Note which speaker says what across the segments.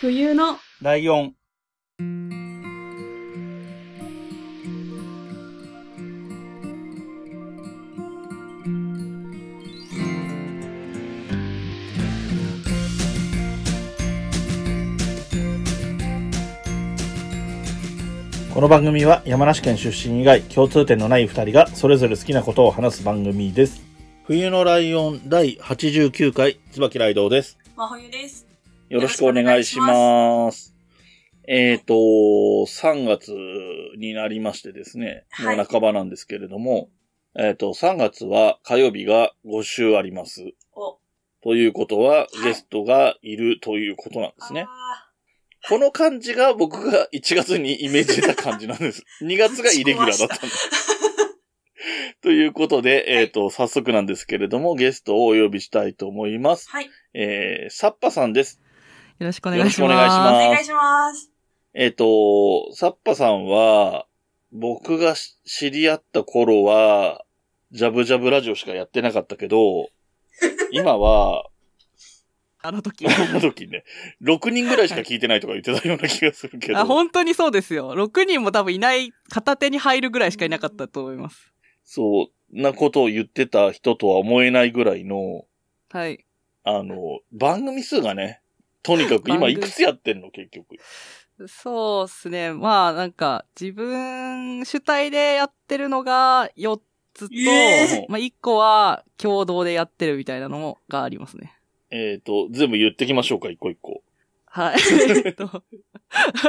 Speaker 1: 冬の
Speaker 2: ライオン。この番組は山梨県出身以外共通点のない2人がそれぞれ好きなことを話す番組です。冬のライオン第89回、椿ライドウです。
Speaker 1: 真冬です。
Speaker 2: よろしくお願いします。えっ、と、3月になりましてですね、
Speaker 1: はい
Speaker 2: もう半ばなんですけれども、えっ、と、3月は火曜日が5週あります。
Speaker 1: お、
Speaker 2: ということは、
Speaker 1: い
Speaker 2: ゲストがいるということなんですね。
Speaker 1: あ
Speaker 2: この感じが僕が1月にイメージした感じなん です。2月がイレギュラーだったんです。ということで、えっ、と、早速なんですけれども、ゲストをお呼びしたいと思いま
Speaker 1: ー
Speaker 2: す。
Speaker 1: はい。
Speaker 2: えー、サッパさんです。
Speaker 3: よろしくお
Speaker 2: 願
Speaker 3: 願
Speaker 2: い
Speaker 3: い
Speaker 2: し
Speaker 3: し
Speaker 2: ま
Speaker 3: ますす。
Speaker 1: お
Speaker 2: あー
Speaker 1: 願いします。
Speaker 2: えっ、と、サッパさんは、僕がし知り合った頃は、ジャブジャブラジオしかやってなかったけ ど、今は、
Speaker 3: あの時。
Speaker 2: あの時ね、6人ぐらいしか聞いてないとか言ってたような気がするけ
Speaker 3: あ
Speaker 2: ど、
Speaker 3: 本当にそうですよ。6人も多分いない、片手に入るぐらいしかいなかったと思います。
Speaker 2: そう、なことを言ってた人とは思えないぐらいの、
Speaker 3: はい。
Speaker 2: あの、番組数がね、とにかく今
Speaker 3: 番組
Speaker 2: いくつやってんの結局。
Speaker 3: そうですね。まあ、なんか、自分主体でやってるのが4つと、
Speaker 1: え
Speaker 2: ー
Speaker 3: まあ1個は共同でやってるみたいなのもがありますね。
Speaker 2: えっ、と、全部言ってきましょうか、一個一個。
Speaker 3: はい。えっと。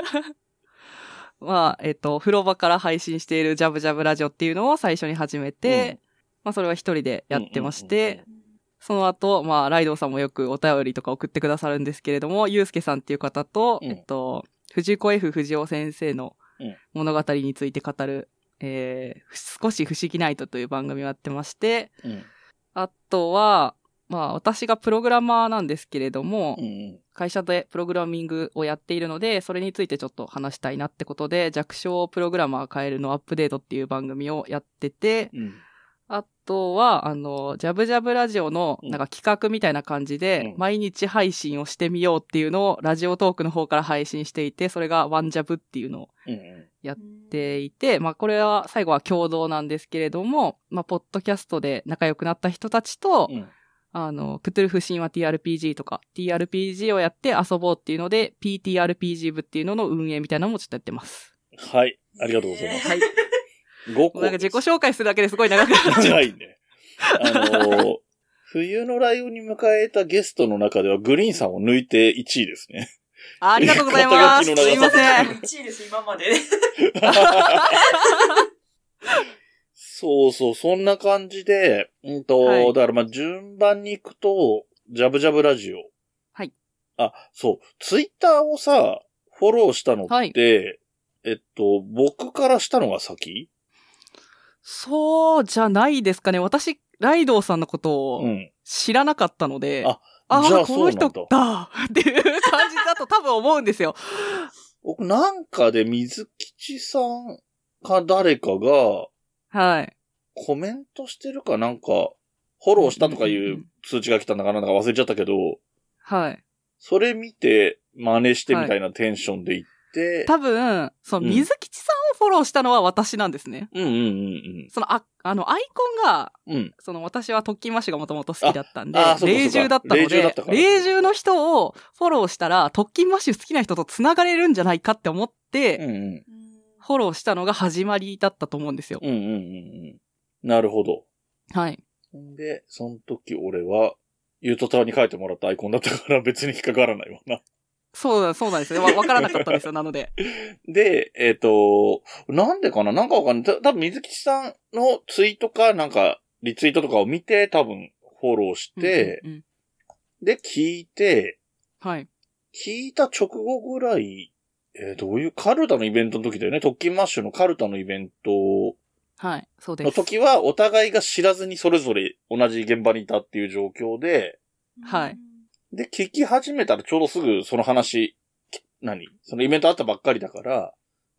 Speaker 3: まあ、えっと、風呂場から配信しているジャブジャブラジオっていうのを最初に始めて、まあそれは一人でやってまして、
Speaker 2: うんうんうん
Speaker 3: その後、まあ、ライドウさんもよくお便りとか送ってくださるんですけれども、ゆうすけさんっていう方と、
Speaker 2: うん
Speaker 3: えっと、藤子 F 不二雄先生の
Speaker 2: うん
Speaker 3: 物語について語る、えーふ少し不思議ナイトという番組をやってまして、
Speaker 2: うん。
Speaker 3: あとは、まあ、私がプログラマーなんですけれども、
Speaker 2: うんうん。
Speaker 3: 会社でプログラミングをやっているので、それについてちょっと話したいなってことで、弱小プログラマー変えるのアップデートっていう番組をやってて、
Speaker 2: うん。
Speaker 3: あとは、あの、ジャブジャブラジオの、
Speaker 2: うん
Speaker 3: なんか企画みたいな感じで、
Speaker 2: うん
Speaker 3: 毎日配信をしてみようっていうのを、ラジオトークの方から配信していて、それがワンジャブっていうのを
Speaker 2: うんうん。
Speaker 3: やっていて、まあ、これは、最後は共同なんですけれども、まあ、ポッドキャストで仲良くなった人たちと、
Speaker 2: うん
Speaker 3: あの、クトゥルフ神話 TRPG とか、TRPG をやって遊ぼうっていうので、PTRPG 部っていうのの運営みたいなのもちょっとやってます。
Speaker 2: はい。ありがとうございます。
Speaker 3: はい。
Speaker 2: 5個。
Speaker 3: なんか自己紹介するだけですごい長くなっちゃう
Speaker 2: 長いね。あの、冬のライオンに迎えたゲストの中ではグリーンさんを抜いて1位ですね。
Speaker 3: ありがとうございます。
Speaker 2: 肩書
Speaker 3: す
Speaker 2: き
Speaker 3: い
Speaker 2: の長
Speaker 3: ませ
Speaker 2: さ
Speaker 3: ん。
Speaker 1: 1位です、今まで。
Speaker 2: そうそう、そんな感じで、うんと、
Speaker 3: はい
Speaker 2: だからまあ順番に行くと、ジャブジャブラジオ。
Speaker 3: はい。
Speaker 2: あ、そう、ツイッターをさ、フォローしたのって、
Speaker 3: はい
Speaker 2: えっと、僕からしたのが先
Speaker 3: そうじゃないですかね。私、ライドウさんのこと
Speaker 2: う
Speaker 3: を
Speaker 2: ん。
Speaker 3: 知らなかったので、
Speaker 2: あ
Speaker 3: あ
Speaker 2: じゃあ
Speaker 3: この人
Speaker 2: そう
Speaker 3: だっていう感じだと多分思うんですよ。
Speaker 2: 僕なんかで水吉さんか誰かが、
Speaker 3: はい。
Speaker 2: コメントしてるかなんか、フォローしたとかい
Speaker 3: んうんう
Speaker 2: うん通知が来たんだかなんだか忘れちゃったけど、
Speaker 3: はい。
Speaker 2: それ見て真似してみたいなテンションで行って、
Speaker 3: 多分、その、
Speaker 2: うん
Speaker 3: 水吉さんをフォローしたのは私なんですね。
Speaker 2: うんうんうん
Speaker 3: その、あ、あの、アイコンが、
Speaker 2: うん。うん。
Speaker 3: その、私は特訓マッシュがもともと好きだったんで
Speaker 2: ああ、そうかそうか
Speaker 3: 霊獣だったの
Speaker 2: 霊獣だっ
Speaker 3: で
Speaker 2: たか、ら
Speaker 3: 霊獣の人をフォローしたら、特訓マッシュ好きな人と繋がれるんじゃないかって思って、
Speaker 2: うんうん。
Speaker 3: フォローしたのが始まりだったと思うんですよ。
Speaker 2: うんうんうんうん。なるほど。
Speaker 3: はい。
Speaker 2: んで、その時俺は、ゆうとたわに書いてもらったアイコンだったから別に引っかからないわな。
Speaker 3: そうだ、そうなんですよ。わわからなかったんですよ、なので。
Speaker 2: で、えっ、と、なんでかななんかわかんない。た多分水吉さんのツイートか、なんか、リツイートとかを見て、多分、フォローして、
Speaker 3: うんうんうん
Speaker 2: で、聞いて、
Speaker 3: はい。
Speaker 2: 聞いた直後ぐらい、えーどういう、カルタのイベントの時だよね。特勤マッシュのカルタのイベント
Speaker 3: はい。そうで
Speaker 2: の
Speaker 3: す。
Speaker 2: 時は、お互いが知らずにそれぞれ同じ現場にいたっていう状況で、
Speaker 3: はい。
Speaker 2: で、聞き始めたらちょうどすぐその話、き何そのイベントあったばっ かりだから、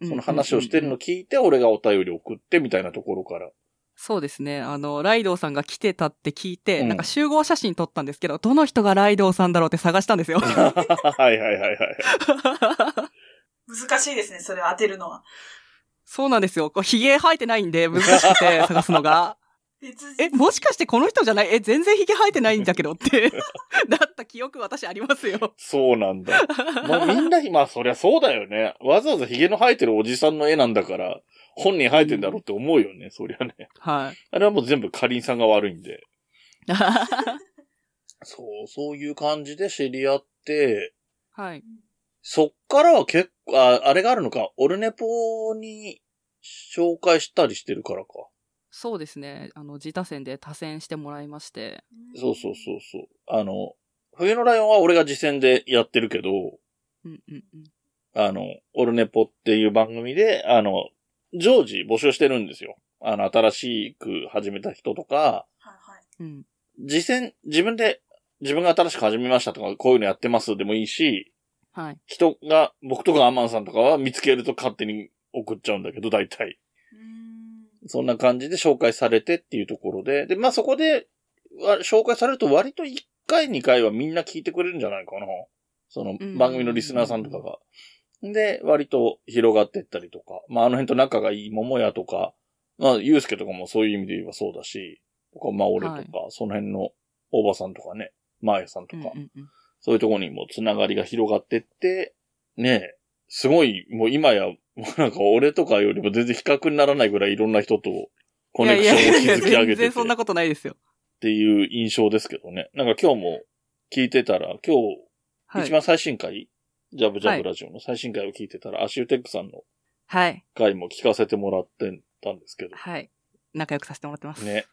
Speaker 2: その話をしてるの聞いて、俺がお便り送ってみたいなところから
Speaker 3: そうですね。あの、ライドウさんが来てたって聞いて、
Speaker 2: うん
Speaker 3: なんか集合写真撮ったんですけど、どの人がライドウさんだろうって探したんですよ。
Speaker 2: はいはいはいはい。
Speaker 1: 難しいですね、それを当てるのは。
Speaker 3: そうなんですよ。こう、髭生えてないんで、難しくて探すのが。
Speaker 1: 別人
Speaker 3: え、もしかしてこの人じゃないえ、全然髭生えてないんだけどって。だった記憶私ありますよ。
Speaker 2: そうなんだ。まあみんな、まあそりゃそうだよね。わざわざ髭の生えてるおじさんの絵なんだから、本人生えてんだろうって思うよね、そりゃね。
Speaker 3: はい。
Speaker 2: あれはもう全部かりんさんが悪いんで。そう、そういう感じで知り合って、
Speaker 3: はい。
Speaker 2: そっからは結構、あ、あれがあるのか、オルネポに紹介したりしてるからか。
Speaker 3: そうですね。あの、自他戦で多選してもらいまして。
Speaker 2: そうそうそうそう。あの、冬のライオンは俺が次戦でやってるけど、
Speaker 3: うんうんうん。
Speaker 2: あの、オルネポっていう番組で、あの、常時募集してるんですよ。あの、新しく始めた人とか、
Speaker 1: はいはい。
Speaker 3: うん。
Speaker 2: 次戦、自分で、自分が新しく始めましたとか、こういうのやってますでもいいし、
Speaker 3: はい。
Speaker 2: 人が、僕とかアマンさんとかは見つけると勝手に送っちゃうんだけど、大体。
Speaker 1: うーん
Speaker 2: そんな感じで紹介されてっていうところで、で、まあそこで、わ紹介されると割と1回2回はみんな聞いてくれるんじゃないかな。その
Speaker 3: うん
Speaker 2: 番組のリスナーさんとかが。で、割と広がってったりとか、まああの辺と仲がいい桃屋とか、まあゆうすけとかもそういう意味で言えばそうだし、とかまあ俺とか、
Speaker 3: はい
Speaker 2: その辺のおばさんとかね、まあやさんと
Speaker 3: うん
Speaker 2: か、
Speaker 3: うんうん。
Speaker 2: そういうところにもつながりが広がってって、ねえ、すごい、もう今や、もうなんか俺とかよりも全然比較にならないぐらいいろんな人とコネクションを築き上げ
Speaker 3: 全
Speaker 2: てて
Speaker 3: 然
Speaker 2: っ
Speaker 3: そんなことないですよ。
Speaker 2: ていう印象ですけどね。なんか今日も聞いてたら、今
Speaker 3: は
Speaker 2: 日一
Speaker 3: い。
Speaker 2: 番最新回、ジャブジャブラジオの最新回を聞いてたら、アシューテックさんの
Speaker 3: はい。
Speaker 2: 回も聞かせてもらってたんですけど。
Speaker 3: はい。仲良くさせてもらってます。
Speaker 2: ね。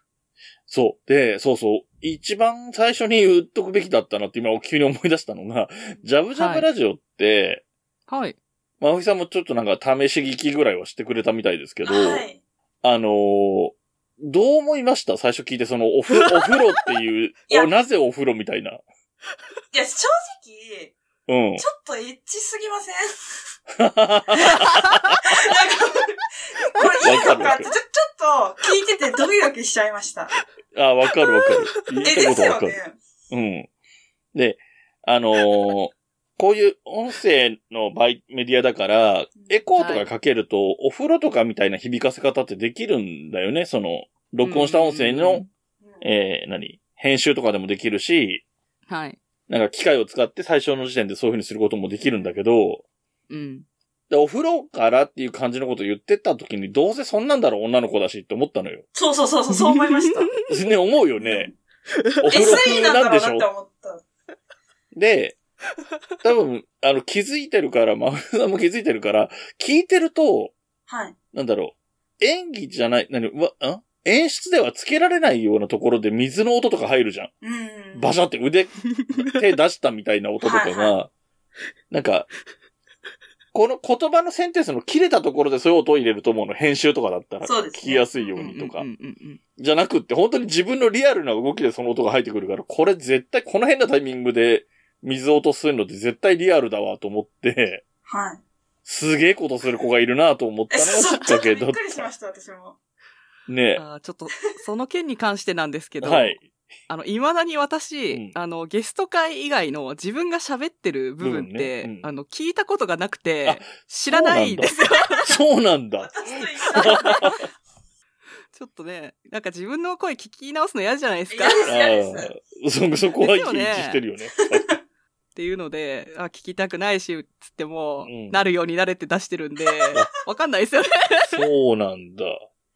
Speaker 2: そう。で、そうそう。一番最初に言っとくべきだったなって今急に思い出したのが、ジャブジャブラジオって、
Speaker 3: はい。
Speaker 2: まふさんもちょっとなんか試し聞きぐらいはしてくれたみたいですけど、
Speaker 1: はい。
Speaker 2: あのーどう思いました最初聞いてそ のおふお風呂っていう
Speaker 1: いや
Speaker 2: おなぜお風呂みたいな。
Speaker 1: いや、正直、
Speaker 2: うん
Speaker 1: ち。ょっとエッチすぎません
Speaker 2: あ
Speaker 1: なんか、これいいのかって、ちょ、ちょっと聞いててドキドキしちゃいました。
Speaker 2: ーわかるわかる。 言い
Speaker 1: え、
Speaker 2: たい
Speaker 1: で
Speaker 2: こ
Speaker 1: す
Speaker 2: とわ
Speaker 1: よ
Speaker 2: か
Speaker 1: ね
Speaker 2: る。。うん。で、あのー こういう音声のバイメディアだから、エコーとかかけると、お風呂とかみたいな響かせ方ってできるんだよね。その、録音した音声
Speaker 3: うんうんう
Speaker 2: の
Speaker 3: ん、
Speaker 1: うん
Speaker 2: えー、何編集とかでもできるし、
Speaker 3: はい。
Speaker 2: なんか機械を使って最初の時点でそういう風にすることもできるんだけど、
Speaker 3: うん。
Speaker 2: で、お風呂からっていう感じのことを言ってた時に、どうせそんなんだろう女の子だしって思ったの よ。
Speaker 1: そうそうそうそう、そう思いました。
Speaker 2: ね、思うよね。お風
Speaker 1: え、
Speaker 2: 呂
Speaker 1: 正義
Speaker 2: 風
Speaker 1: なんだろ
Speaker 2: なんで
Speaker 1: う
Speaker 2: し
Speaker 1: な
Speaker 2: ょ
Speaker 1: って思った。
Speaker 2: で、多分、あの、気づいてるから、 まふさんも気づいてるから、聞いてると、
Speaker 1: はい。
Speaker 2: なんだろう、演技じゃない、何、わ、ん演出ではつけられないようなところで水の音とか入るじゃん。
Speaker 1: うん。
Speaker 2: バシャって 腕、手出したみたいな音とか
Speaker 1: はい
Speaker 2: が、なんか、この言葉のセンテンスの切れたところでそういう音を入れると思うの。編集とかだったら。
Speaker 1: そうですね
Speaker 2: 聞きやすいよう
Speaker 3: うん
Speaker 2: にとか
Speaker 3: うん。うんうん
Speaker 2: じゃなくって、本当に自分のリアルな動きでその音が入ってくるから、これ絶対、この変なタイミングで水を落とすのって絶対リアルだわと思って、
Speaker 1: はい。
Speaker 2: すげえことする子がいるなと思った
Speaker 1: え、
Speaker 2: の
Speaker 1: そう、
Speaker 2: がきっ
Speaker 1: ちょっ
Speaker 2: か
Speaker 1: とび
Speaker 2: け
Speaker 1: っ
Speaker 2: だ っ。
Speaker 1: くりしたました、私 も。
Speaker 2: ね
Speaker 3: あーちょっと、その件に関してなんですけど、
Speaker 2: はい。
Speaker 3: あの、未だに私、
Speaker 2: うん
Speaker 3: あの、ゲスト会以外の自分が喋ってる部分って、
Speaker 2: 部分ねうん
Speaker 3: あの、聞いたことがなく
Speaker 2: あ
Speaker 3: て、知らないんですよ。
Speaker 2: そうなんだ。
Speaker 1: 私と一緒。
Speaker 3: ちょっとね、なんか自分の声聞き直すの嫌 じゃないですか
Speaker 1: 嫌
Speaker 3: っ
Speaker 1: です、嫌で
Speaker 2: あ
Speaker 1: す。
Speaker 2: ーそ、 そこは一
Speaker 3: ですよね
Speaker 2: 致してるよね。
Speaker 3: ていうので、あ、聞きたくないし、つっても、
Speaker 2: うん
Speaker 3: なるようになれって出して るんで、わかんないですよね。
Speaker 2: そうなんだ。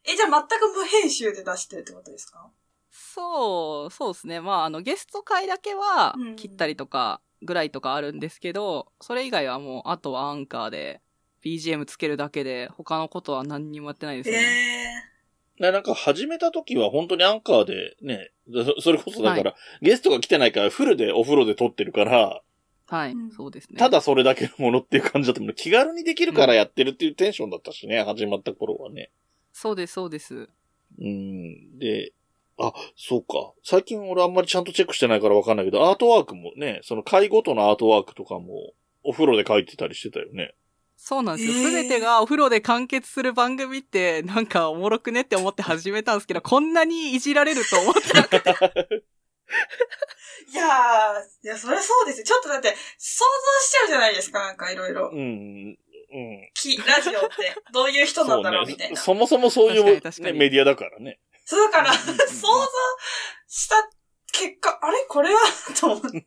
Speaker 1: え、じゃあ全く無編集で出してるってことですか
Speaker 3: そう、そうですね。まあ、あの、ゲスト会だけは
Speaker 1: うん、
Speaker 3: 切ったりとか、ぐらいとかあるんですけど、それ以外はもう、あとはアンカーで、BGM つけるだけで、他のことは何にもやってないです
Speaker 1: え
Speaker 3: ね。
Speaker 1: え
Speaker 2: ね、なんか始めた時は本当にアンカーでね、そそれこそだから、ゲストが来てないからフルでお風呂で撮ってるから、
Speaker 3: はい、
Speaker 1: うん
Speaker 3: そうですね。
Speaker 2: ただそれだけのものっていう感じだったもんね。気軽にできるからやってるっていうテンションだったしね、始まった頃はね。
Speaker 3: そうです、そうです。
Speaker 2: うん。で、あ、そうか。最近俺あんまりちゃんとチェックしてないからわかんないけど、アートワークもね、その会ごとのアートワークとかも、お風呂で書いてたりしてたよね。
Speaker 3: そうなんですよ。
Speaker 1: へー
Speaker 3: すべてがお風呂で完結する番組って、なんかおもろくねって思って始めたんですけど、こんなにいじられると思ってなくて。
Speaker 1: いやー、いや、そりゃそうですよ。ちょっとだって、想像しちゃうじゃないですか、なんかいろいろ。
Speaker 2: うん。うん。
Speaker 1: き、ラジオって、どういう人なんだろう、みたいな。
Speaker 2: そもそもそういう、
Speaker 3: 確かに確か
Speaker 2: ね、
Speaker 3: に
Speaker 2: メディアだからね。
Speaker 1: そうだから、
Speaker 2: うんうんうん
Speaker 1: 想像した結果、あれこれはと思って。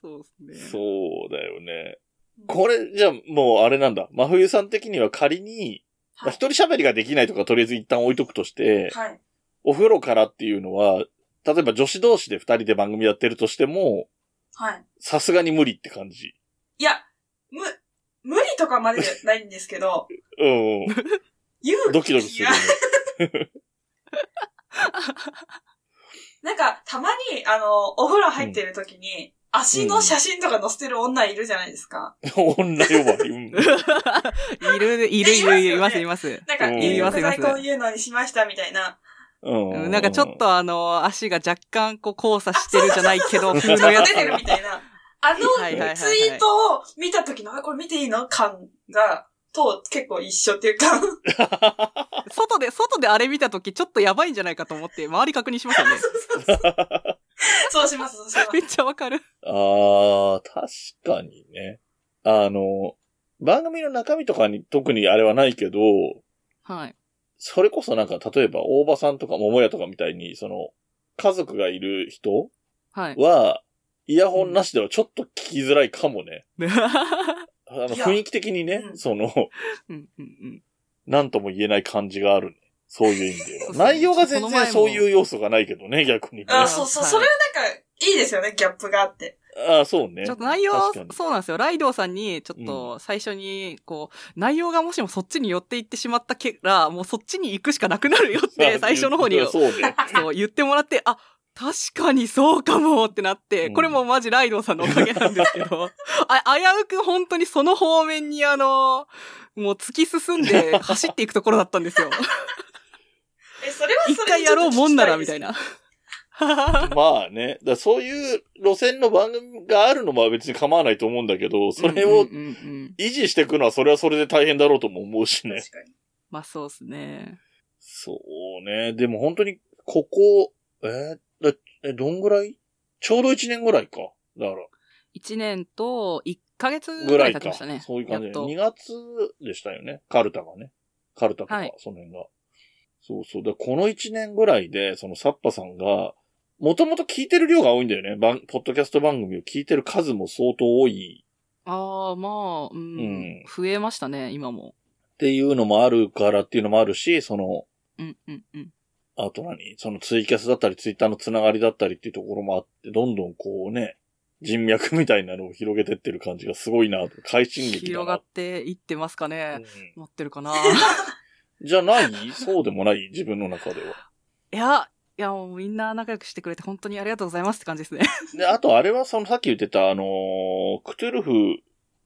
Speaker 3: そうですね。
Speaker 2: そうだよね。これ、じゃあもうあれなんだ。真冬さん的には仮に、まあ
Speaker 1: はい
Speaker 2: 一人喋りができないとかとりあえず一旦置いとくとして、
Speaker 1: はい。
Speaker 2: お風呂からっていうのは、例えば女子同士で二人で番組やってるとしても、
Speaker 1: はい。
Speaker 2: さすがに無理って感じ。
Speaker 1: いや、む、無理とかまでじゃないんですけど、
Speaker 2: うん。
Speaker 1: 勇気が。
Speaker 2: ドキドキする、ね。
Speaker 1: なんか、たまに、あの、お風呂入ってる時に、足の写真とか載せてる女いるじゃないですか。
Speaker 2: 女呼ばわり。うん
Speaker 3: いる、いる、いる、います、います。
Speaker 1: なんか、
Speaker 2: うん
Speaker 1: 入浴
Speaker 3: います
Speaker 1: 剤
Speaker 3: います
Speaker 1: こういうのにしましたみたいな。
Speaker 2: う。
Speaker 3: うんんなんかちょっとあの、足が若干こう交差してるじゃない けど、風の
Speaker 1: ちょ
Speaker 3: や
Speaker 1: っと
Speaker 3: つ
Speaker 1: 出てるみたいな。あ
Speaker 3: はいはいはいは
Speaker 1: の、
Speaker 3: い
Speaker 1: ツイートを見た時の、あ、これ見ていいの感が、と結構一緒っていうか、
Speaker 3: 外で、外であれ見たときちょっとやばいんじゃないかと思って、周り確認しますよね。
Speaker 1: そうします、そうしま
Speaker 3: め
Speaker 1: す。
Speaker 3: っちゃわかる。
Speaker 2: ああ、確かにね。あの、番組の中身とかに特にあれはないけど、
Speaker 3: はい。
Speaker 2: それこそなんか、例えば、大場さんとか桃屋とかみたいに、その、家族がいる人
Speaker 3: はい。
Speaker 2: は、イヤホンなしではちょっと聞きづらいかもね。あの、
Speaker 1: いや
Speaker 2: 雰囲気的にね
Speaker 1: う、ん
Speaker 2: その、
Speaker 3: うんうんうん
Speaker 2: なんとも言えない感じがあるね。そういう意味で
Speaker 3: そう
Speaker 2: は。
Speaker 3: そう
Speaker 2: 内容が全
Speaker 3: この前
Speaker 2: 然
Speaker 3: も
Speaker 2: そういう要素がないけどね、逆にね。
Speaker 1: あ
Speaker 2: あ
Speaker 1: そうそう、
Speaker 3: はい
Speaker 1: それはなんか、いいですよね、ギャップがあって。
Speaker 2: あ、そうね
Speaker 3: ちょ。っと内容
Speaker 2: 確かに、
Speaker 3: そうなんですよ。ライドウさんに、ちょっと最初に、こう、内容がもしもそっちに寄っていってしまったけら、もうそっちに行くしかなくなるよっ
Speaker 2: あ
Speaker 3: て、最初の方に
Speaker 2: そうね。
Speaker 3: そう言ってもらって、あ、確かにそうかもってなって、
Speaker 2: うん
Speaker 3: これもマジライドウさんのおかげなんですけ ど、あ危うく本当にその方面にあの、もう突き進ん で走っていくところだったんですよ。
Speaker 1: え、それは
Speaker 3: 一
Speaker 1: それ
Speaker 3: 回やろうもんならみたい
Speaker 1: な。
Speaker 3: な。
Speaker 2: まあね。だからそういう路線の番組があるのは別に構わないと思うんだけど、それを
Speaker 3: うんうんうんうん
Speaker 2: 維持していくのはそれはそれで大変だろうとも思うしね。
Speaker 1: 確かに。
Speaker 3: まあそうですね。
Speaker 2: そうね。でも本当に、ここ、えーだえ、どんぐらいちょうど1年ぐらいか。だから、
Speaker 3: 一年と一ヶ月
Speaker 2: ぐ
Speaker 3: ぐ
Speaker 2: ら
Speaker 3: ら
Speaker 2: い
Speaker 3: い
Speaker 2: か。
Speaker 3: 経ちましたね。
Speaker 2: そういう感じ
Speaker 3: やっ
Speaker 2: で。
Speaker 3: と
Speaker 2: 2月でしたよね。カルタがね。カルタとか、
Speaker 3: はい
Speaker 2: その辺が。そうそう。で、この1年ぐらいで、そのサッパさんが、もともと聞いてる量が多いんだよね。番ポッドキャスト番組を聞いてる数も相当多い
Speaker 3: ああ、まあ、
Speaker 2: う
Speaker 3: うん、
Speaker 2: ん
Speaker 3: 増えましたね、今も。
Speaker 2: っていうのもあるからっていうのもあるし、その、
Speaker 3: うん、うん、うん。
Speaker 2: あと何そのツイキャスだったり、ツイッターのつながりだったりっていうところもあって、どんどんこうね、人脈みたいなのを広げてってる感じがすごいな、快進撃だ
Speaker 3: 広
Speaker 2: な
Speaker 3: が。っていってますかね。持ってるかな。
Speaker 2: うんじゃないそうでもない自分の中では。
Speaker 3: いや、いや、もうみんな仲良くしてくれて本当にありがとうございますって感じですね。
Speaker 2: で、あとあれはそのさっき言ってた、あのークトゥルフっ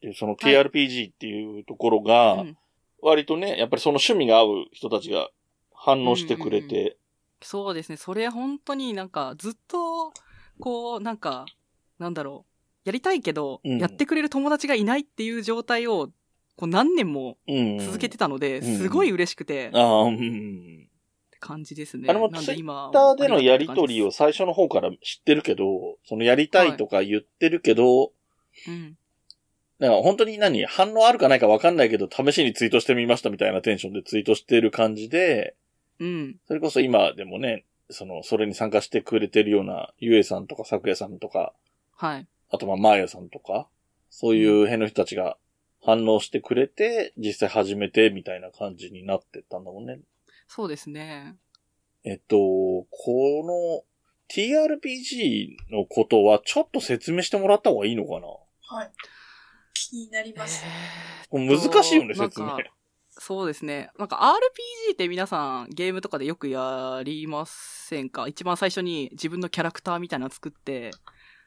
Speaker 2: ていうその TRPG っていうところが、
Speaker 3: うん
Speaker 2: 割とね、やっぱりその趣味が合う人たちが反応してくれて、
Speaker 3: そうですね。それ本当になんかずっと、こう、なんか、なんだろう。やりたいけど、
Speaker 2: うん
Speaker 3: やってくれる友達がいないっていう状態を、こう何年も
Speaker 2: うん
Speaker 3: 続けてたの
Speaker 2: う
Speaker 3: で、
Speaker 2: ん
Speaker 3: すごい嬉しくて、
Speaker 2: あ
Speaker 3: っ
Speaker 2: あ、うん。
Speaker 3: て感じですね。
Speaker 2: あれも
Speaker 3: なん
Speaker 2: ツ
Speaker 3: で
Speaker 2: イ
Speaker 3: 今
Speaker 2: ツイッターでのやりとりを、最初の方から知ってるけど、そのやりたいとか言ってるけど、
Speaker 3: うん。
Speaker 2: なんか本当に何、反応あるかないかわかんないけど、試しにツイートしてみましたみたいなテンションでツイートしてる感じで、
Speaker 3: うん。
Speaker 2: それこそ今でもね、その、それに参加してくれてるような、ゆえさんとか、さくやさんとか、
Speaker 3: はい。
Speaker 2: あとまあ、まーやさんとか、そういう辺の人たちが反応してくれて、実際始めてみたいな感じになってったんだもんね。
Speaker 3: そうですね。
Speaker 2: えっと、この TRPG のことはちょっと説明してもらった方がいいのかな
Speaker 1: はい。気になります。
Speaker 2: これ難しいよね、
Speaker 3: なん
Speaker 2: 説
Speaker 3: か
Speaker 2: 明。
Speaker 3: そうですね。なんか RPG って皆さんゲームとかでよくやりませんか一番最初に自分のキャラクターみたいなの作って、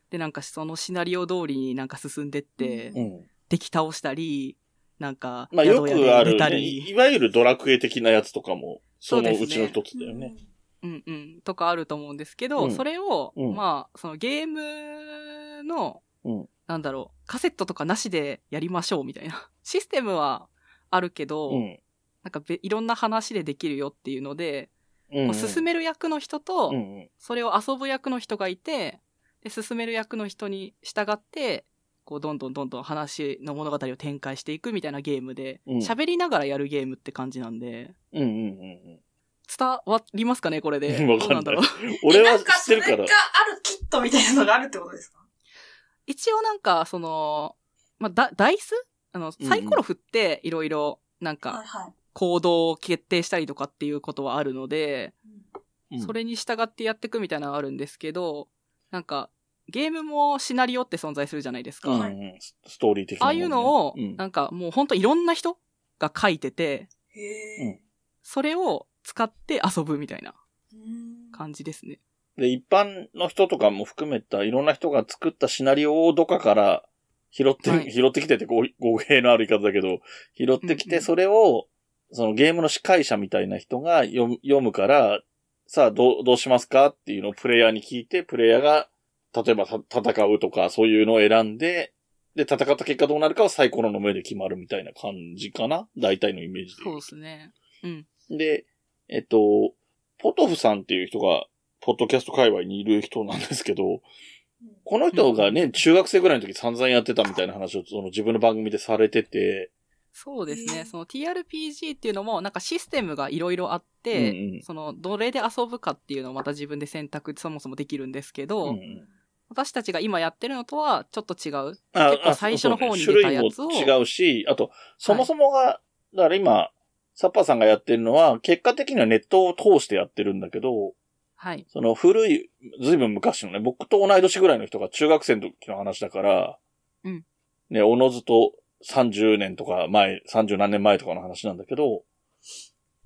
Speaker 3: で、なんかそのシナリオ通りになんか進んでって、
Speaker 1: う
Speaker 2: うん。
Speaker 3: 敵倒したり、なんか、
Speaker 2: まあよくある、
Speaker 3: 寝た
Speaker 2: ね、
Speaker 3: り、
Speaker 2: いわゆるドラクエ的なやつとかも、その
Speaker 3: そう
Speaker 2: う
Speaker 3: です
Speaker 2: ち
Speaker 3: ね
Speaker 2: の一つだよね。
Speaker 3: うんうん、とかあると思うんですけど、
Speaker 2: うん
Speaker 3: それを、
Speaker 2: うん
Speaker 3: まあ、そのゲームの、
Speaker 2: うん
Speaker 3: なんだろう、カセットとかなしでやりましょうみたいな。システムはあるけど、
Speaker 2: うん。
Speaker 3: なんかべいろんな話でできるよっていうので、
Speaker 2: うんうん。
Speaker 3: こう進める役の人と、
Speaker 2: うんうん。
Speaker 3: それを遊ぶ役の人がいて、で、進める役の人に従って、こう、どんどんどんどん話の物語を展開していくみたいなゲームで、
Speaker 2: うん
Speaker 3: 喋、りながらやるゲームって感じなんで、
Speaker 2: うんうんうん
Speaker 3: 伝わりますかね、これで。
Speaker 2: わかんない
Speaker 3: どうだろう
Speaker 2: うん。俺は
Speaker 1: な
Speaker 2: 知
Speaker 1: んか
Speaker 2: っ
Speaker 1: そ
Speaker 2: て
Speaker 1: れ
Speaker 2: る
Speaker 1: が
Speaker 2: から。
Speaker 1: あるキットみたいなのがあるってことですか
Speaker 3: 一応なんか、その、まあ、だダイスあの、
Speaker 2: うんうん
Speaker 3: サイコロ振って、いろいろ、なん
Speaker 1: はい
Speaker 3: か、
Speaker 1: はい。
Speaker 3: 行動を決定したりとかっていうことはあるので、
Speaker 2: うん
Speaker 3: それに従ってやっていくみたいなのはあるんですけど、なんか、ゲームもシナリオって存在するじゃないですか。
Speaker 2: うんうん。スストーリー的なも
Speaker 3: ああ
Speaker 2: んね、
Speaker 3: いうのを、
Speaker 2: うん
Speaker 3: なんかもうほんといろんな人が書いてて、
Speaker 1: へえ。
Speaker 3: それを使って遊ぶみたいな
Speaker 1: うん
Speaker 3: 感じですね。
Speaker 2: で、一般の人とかも含めたいろんな人が作ったシナリオをどっかから拾って、
Speaker 3: はい
Speaker 2: 拾ってきてって語語弊のある言い方だけど、拾ってき
Speaker 3: うんうん
Speaker 2: てそれを、そのゲームの司会者みたいな人が読む読むから、さあどう、どうしますかっていうのをプレイヤーに聞いて、プレイヤーが、例えばた戦うとかそういうのを選んで、で、戦った結果どうなるかはサイコロの目で決まるみたいな感じかな大体のイメージで
Speaker 3: そうですね。うん。
Speaker 2: で、えっと、ポトフさんっていう人が、ポッドキャスト界隈にいる人なんですけど、この人がね、中学生ぐらいの時散々やってたみたいな話をその自分の番組でされてて、
Speaker 3: そうです
Speaker 1: へえ
Speaker 3: ね。その TRPG っていうのも、なんかシステムがいろいろあっ
Speaker 2: うん
Speaker 3: て、その、どれで遊ぶかっていうのをまた自分で選択そもそもできるんですけ
Speaker 2: うん
Speaker 3: ど、
Speaker 2: うん
Speaker 3: 私たちが今やってるのとはちょっと違う。
Speaker 2: あ
Speaker 3: 結構
Speaker 2: あ
Speaker 3: 最初の方に
Speaker 2: そうね
Speaker 3: 出たやつを
Speaker 2: 種類も違うし、あと、そもそもが、だから今、サッパーさんがやってるのは、結果的にはネットを通してやってるんだけど、
Speaker 3: はい。
Speaker 2: その古い、ずいぶん昔のね、僕と同い年ぐらいの人が中学生の時の話だから、
Speaker 3: うん
Speaker 2: ね、おのずと30年とか前、30何年前とかの話なんだけど、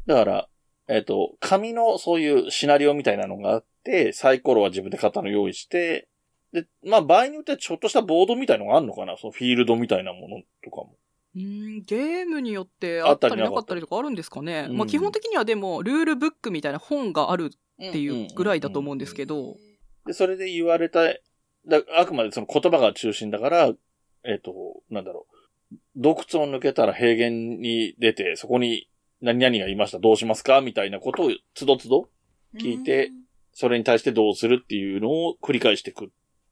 Speaker 2: だから、えっ、と、紙のそういうシナリオみたいなのがあって、サイコロは自分で型の用意して、で、まあ場合によってはちょっとしたボードみたいのがあるのかなそのフィールドみたいなものとかも。
Speaker 3: うーん、ゲームによってあったりなかったりとかあるんですかね。
Speaker 2: うん
Speaker 3: まあ基本的にはでも、ルールブックみたいな本があるっていうぐらいだと思うんですけど、
Speaker 2: で、それで言われた、だあくまでその言葉が中心だから、えっ、と、なんだろう。洞窟を抜けたら平原に出て、そこに何々がいました、どうしますかみたいなことを、つどつど、聞いてそれに対してどうするっていうのを繰り返していくっ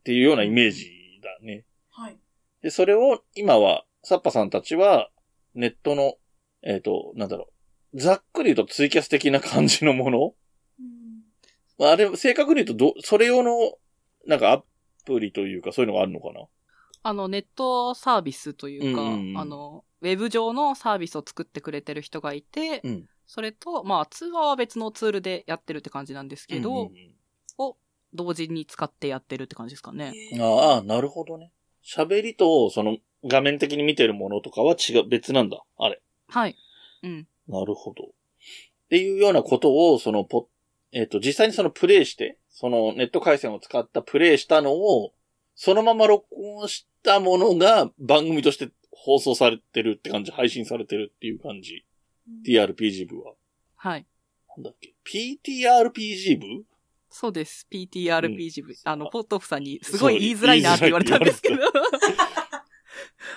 Speaker 2: ていうようなイメージだね。
Speaker 1: はい。
Speaker 2: で、それを今は、サッパさんたちは、ネットの、えっ、と、なんだろう。ざっくり言うとツイキャス的な感じのもの
Speaker 1: うん
Speaker 2: まあ、あれ、正確に言うとど、それ用の、なんかアプリというか、そういうのがあるのかな
Speaker 3: あの、ネットサービスというか、
Speaker 2: うんうんうん
Speaker 3: あの、ウェブ上のサービスを作ってくれてる人がいて、
Speaker 2: うん
Speaker 3: それと、まあ、通話は別のツールでやってるって感じなんですけど、
Speaker 2: うんうん
Speaker 3: 同時に使ってやってるって感じですかね。
Speaker 1: へ
Speaker 2: う
Speaker 1: え
Speaker 2: んああ、なるほどね。喋りと、その、画面的に見てるものとかは違う、別なんだ。あれ。
Speaker 3: はい。うん。
Speaker 2: なるほど。っていうようなことを、その、ポえっ、と、実際にそのプレイして、そのネット回線を使ったプレイしたのを、そのまま録音したものが番組として放送されてるって感じ、配信されてるっていう感じ。TRPG 部は。
Speaker 3: はい。
Speaker 2: なんだっけ ?PTRPG 部
Speaker 3: そうです。PTRPG 部、
Speaker 2: うん
Speaker 3: あの、ポットフさんに、すごい言いづらいなって言われたんですけど。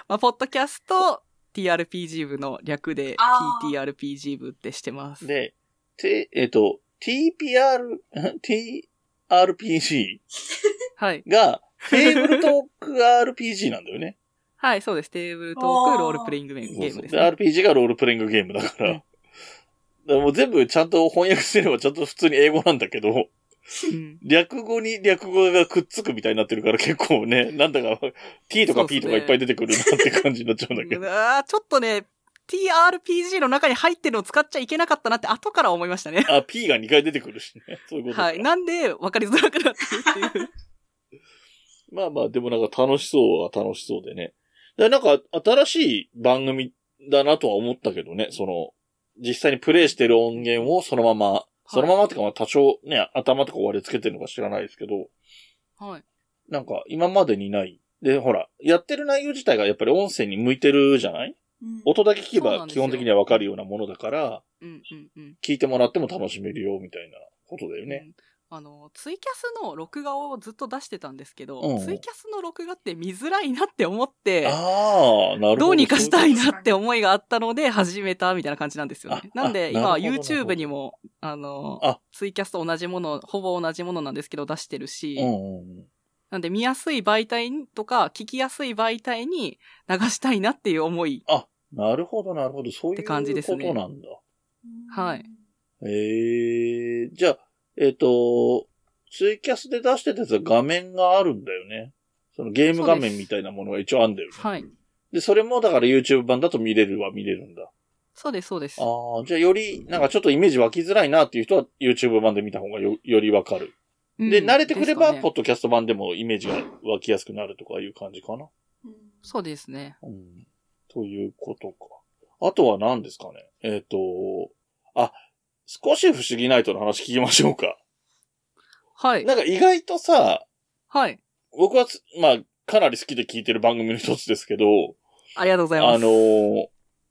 Speaker 3: まあ、ポッドキャスト、TRPG 部の略で
Speaker 1: あ、ー
Speaker 3: PTRPG 部ってしてます。
Speaker 2: で、て、えっ、と、TPR、TRPG
Speaker 3: はい。
Speaker 2: が、テーブルトーク RPG なんだよね。
Speaker 3: はい、そうです。テーブルトーク、ロールプレイングゲ
Speaker 2: そう
Speaker 3: ー
Speaker 2: そ
Speaker 3: ム
Speaker 2: う
Speaker 3: で、
Speaker 2: です
Speaker 3: ね。
Speaker 2: RPG がロールプレイングゲームだから。
Speaker 3: うん
Speaker 2: だからもう全部ちゃんと翻訳すればちゃんと普通に英語なんだけど、
Speaker 3: うん
Speaker 2: 略語に略語がくっつくみたいになってるから結構 ね、なんだか T とか P とかいっぱい出てくるなって感じになっちゃうんだけ
Speaker 3: う
Speaker 2: ど。
Speaker 3: わーちょっとね、TRPG の中に入ってるのを使っちゃいけなかったなって後から思いましたね。
Speaker 2: あ、P が2回出てくるしね。そういうことか。
Speaker 3: はい。なんで、分かりづらくなってるっていう。
Speaker 2: まあまあ、でもなんか楽しそうは楽しそうでね。でなんか新しい番組だなとは思ったけどね、その、実際にプレイしてる音源をそのまま、そのままってかまあ多少ね、頭とか割り付けてるのか知らないですけど、
Speaker 3: はい。
Speaker 2: なんか今までにない。で、ほら、やってる内容自体がやっぱり音声に向いてるじゃない
Speaker 1: うん
Speaker 2: 音だけ聞け
Speaker 3: そうな
Speaker 2: ば
Speaker 3: んです
Speaker 2: 基
Speaker 3: よ
Speaker 2: 本的にはわかるようなものだから、
Speaker 3: うんうんうん。
Speaker 2: 聞いてもらっても楽しめるよみたいなことだよね。
Speaker 3: うんあの、ツイキャスの録画をずっと出してたんですけど、
Speaker 2: うん
Speaker 3: ツイキャスの録画って見づらいなって思って、
Speaker 2: ああ、なるほど。
Speaker 3: どうにかした
Speaker 1: そういう
Speaker 3: い
Speaker 1: こと
Speaker 3: なって思いがあったので始めたみたいな感じなんですよね。
Speaker 2: あ
Speaker 3: なん
Speaker 2: あ
Speaker 3: で
Speaker 2: な
Speaker 3: 今
Speaker 2: るほどなるほど
Speaker 3: YouTube にも、あの、
Speaker 2: あ
Speaker 3: ツイキャスと同じもの、ほぼ同じものなんですけど出してるし、
Speaker 2: うんうん。
Speaker 3: なんで見やすい媒体とか聞きやすい媒体に流したいなっていう思い。
Speaker 2: なるほど、なるほど。そうい
Speaker 3: って
Speaker 2: う
Speaker 3: 感じです
Speaker 2: こ
Speaker 3: ね
Speaker 2: となんだ。
Speaker 3: はい。
Speaker 2: ええじゃあ、えっ、と、ツイキャスで出してたやつは画面があるんだよね。そのゲーム画面みたいなものが一応あんだよね。
Speaker 3: はい。
Speaker 2: で、それもだから YouTube 版だと見れるは見れるんだ。
Speaker 3: そうです、そうです。
Speaker 2: ああ、じゃあより、なんかちょっとイメージ湧きづらいなっていう人は YouTube 版で見た方がよよりわかる。
Speaker 3: うん
Speaker 2: で、慣れてくれば、
Speaker 3: ですか
Speaker 2: ポ
Speaker 3: ね
Speaker 2: ッドキャスト版でもイメージが湧きやすくなるとかいう感じかな。
Speaker 3: そうですね。
Speaker 2: うん。ということか。あとは何ですかねえっ、と、あ、少し不思議ナイトの話聞きましょうか。
Speaker 3: はい。
Speaker 2: なんか意外とさ、
Speaker 3: はい。
Speaker 2: 僕はつ、まあ、かなり好きで聞いてる番組の一つですけど、
Speaker 3: ありがとうございます。
Speaker 2: あのー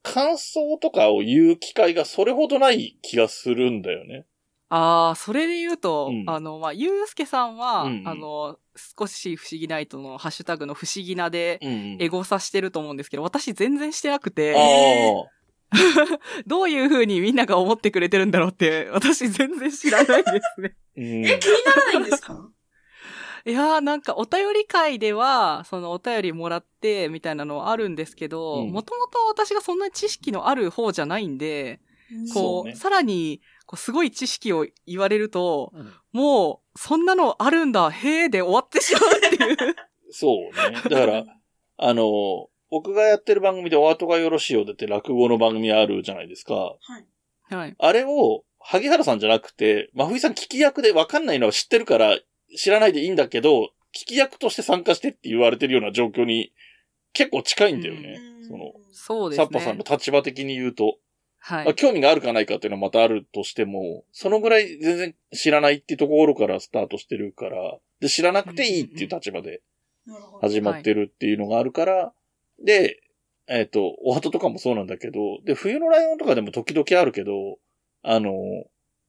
Speaker 2: 感想とかを言う機会がそれほどない気がするんだよね。
Speaker 3: ああ、それで言うと、
Speaker 2: うん
Speaker 3: あの、まあ、ゆうすけさんは、
Speaker 2: うんうん
Speaker 3: あの、少し不思議ナイトのハッシュタグの不思議なで、
Speaker 2: うん
Speaker 3: エゴサしてると思うんですけど、私全然してなく
Speaker 2: あ
Speaker 3: て、
Speaker 2: あ。
Speaker 3: どういう風にみんなが思ってくれてるんだろうって、私全然知らないで すね。
Speaker 2: うん。
Speaker 1: え、気にならないんです か
Speaker 3: いやーなんかお便り会では、そのお便りもらって、みたいなのはあるんですけど、
Speaker 2: うん
Speaker 3: もともと私がそんなに知識のある方じゃないんで、
Speaker 2: そ
Speaker 3: こ
Speaker 2: う
Speaker 3: う、
Speaker 2: ね
Speaker 3: さらに、こうすごい知識を言われると、
Speaker 2: うん
Speaker 3: もう、そんなのあるんだ、へーで終わってしまうっていう。
Speaker 2: そうね。だから、あのー僕がやってる番組でお後がよろしいようでって落語の番組あるじゃないですか。
Speaker 1: はい。
Speaker 3: はい。
Speaker 2: あれを、萩原さんじゃなくて、真冬さん聞き役で分かんないのは知ってるから、知らないでいいんだけど、聞き役として参加してって言われてるような状況に、結構近いんだよね。その、
Speaker 3: そうです
Speaker 2: サ
Speaker 3: ね。
Speaker 2: ッパさんの立場的に言うと、
Speaker 3: は
Speaker 2: まあ
Speaker 3: い。
Speaker 2: 興味があるかないかっていうのはまたあるとしても、そのぐらい全然知らないっていうところからスタートしてるから、で、知らなくていいっていう立場で
Speaker 1: なるほど。
Speaker 2: 始まってるっていうのがあるから、で、えっ、と、お鳩とかもそうなんだけど、で、冬のライオンとかでも時々あるけど、あの、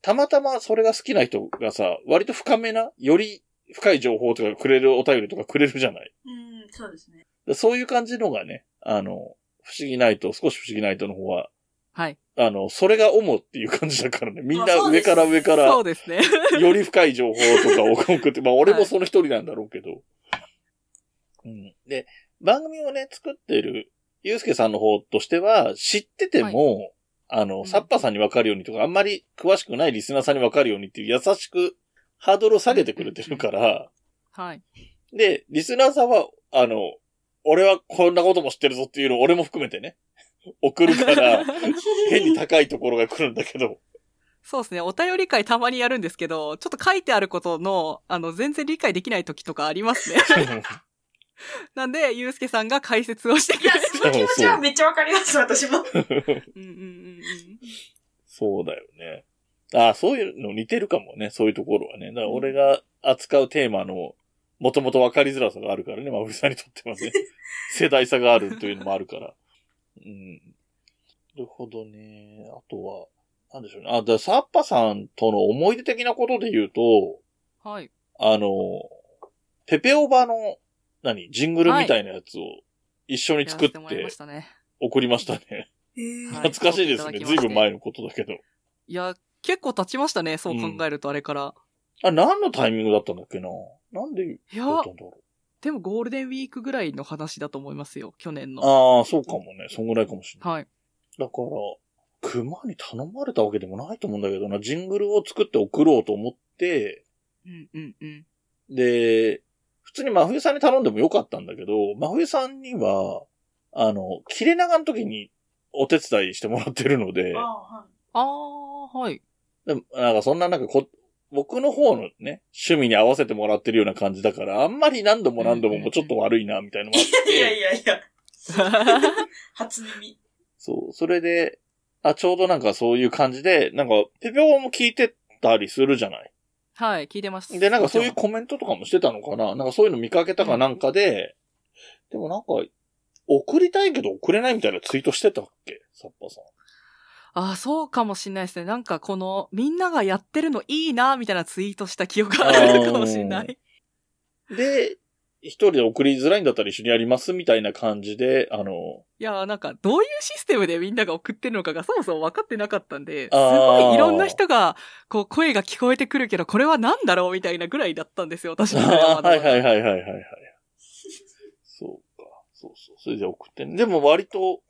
Speaker 2: たまたまそれが好きな人がさ、割と深めな、より深い情報とかくれるお便りとかくれるじゃない。
Speaker 1: うん、そうです ね。
Speaker 2: でそういう感じのがね、あの、不思議ないと、少し不思議ないとの方は、
Speaker 3: はい。
Speaker 2: あの、それが主っていう感じだからね、みん
Speaker 1: あ
Speaker 2: な
Speaker 1: そう
Speaker 2: 上
Speaker 1: です
Speaker 2: から上から、
Speaker 3: そ
Speaker 2: よ
Speaker 3: うですね。
Speaker 2: り深い情報とかを送って、まあ俺もその一人なんだろうけど。うん。で、番組をね、作ってる、ゆうすけさんの方としては、知ってても、あ
Speaker 3: う
Speaker 2: の、
Speaker 3: ん
Speaker 2: サッパさんにわかるようにとか、あんまり詳しくないリスナーさんにわかるようにっていう優しくハードルを下げてくれてるから、
Speaker 3: はい。
Speaker 2: で、リスナーさんは、あの、俺はこんなことも知ってるぞっていうのを俺も含めてね、送る から、変に高いところが来るんだけど、
Speaker 3: そうですね。お便り会たまにやるんですけど、ちょっと書いてあることの、あの、全然理解できない時とかあります ね。なんで、ゆうすけさんが解説をしてく
Speaker 1: いや、
Speaker 3: れる。
Speaker 1: その気持ちはめっちゃわかります、 私も。
Speaker 3: うんうんうん
Speaker 2: そうだよね。ああ、そういうの似てるかもね、そういうところはね。だから俺が扱うテーマの、もともと分かりづらさがあるからね、まふりさんにとって はね。世代差があるというのもあるから。うん。なるほどね。あとは、なんでしょうね。あ、だからサッパさんとの思い出的なことで言うと、
Speaker 3: うん。はい。
Speaker 2: あの、ペペオバの、何、ジングルみたいなやつを一緒に
Speaker 3: やら
Speaker 2: 作
Speaker 3: せ
Speaker 2: って
Speaker 3: もらいましたね。
Speaker 2: 送りましたね。
Speaker 1: えー
Speaker 3: はい
Speaker 2: 懐かしいです
Speaker 3: 送って
Speaker 2: ね。
Speaker 3: いただきま
Speaker 2: ず
Speaker 3: し
Speaker 2: い
Speaker 3: て
Speaker 2: ぶん前のことだけど。
Speaker 3: いや、結構経ちましたね。そう考えるとあれから。
Speaker 2: あ、何のタイミングだったんだっけななんで
Speaker 3: いや
Speaker 2: だ、ったんだろ
Speaker 3: でもゴールデンウィークぐらいの話だと思いますよ。去年
Speaker 2: う。
Speaker 3: の。
Speaker 2: ああ、そうかもね。そんぐらいかもしれない。
Speaker 3: はい。
Speaker 2: だから、熊に頼まれたわけでもないと思うんだけどな、ジングルを作って送ろうと思って、
Speaker 3: うんうんうん。
Speaker 2: で、普通に真冬さんに頼んでもよかったんだけど、真冬さんには、あの、切れ長の時にお手伝いしてもらってるので、
Speaker 1: ああ、はい。
Speaker 3: あ ー、はい。
Speaker 2: でもなんかそんななんかこ、僕の方のね、趣味に合わせてもらってるような感じだから、あんまり何度も何度ももうちょっと悪いな、みたいなのもあっ て。
Speaker 1: いやいやいや。初耳。
Speaker 2: そう、それで、あ、ちょうどなんかそういう感じで、なんか、ペペオも聞いてたりするじゃない
Speaker 3: はい、聞いてます。
Speaker 2: で、なんかそういう
Speaker 3: もち
Speaker 2: コメントとかもしてたのかななんかそういうの見かけたかなんかで、でもなんか、送りたいけど送れないみたいなツイートしてたっけサッパさん。
Speaker 3: ああ、そうかもしんないですね。なんかこの、みんながやってるのいいな、みたいなツイートした記憶があるかもしんない。
Speaker 2: で、一人で送りづらいんだったら一緒にやりますみたいな感じで、あの、
Speaker 3: いやー、なんか、どういうシステムでみんなが送ってるのかがそもそも分かってなかったんで、す
Speaker 2: あー
Speaker 3: ごいいろんな人が、こう、声が聞こえてくるけど、これは何だろうみたいなぐらいだったんですよ、私の中では
Speaker 2: あ
Speaker 3: ま
Speaker 2: ー
Speaker 3: だ
Speaker 2: は
Speaker 3: ま
Speaker 2: い
Speaker 3: だ
Speaker 2: はいはいはいはいはい。そうか。そうそう。それで送ってね。でも割と、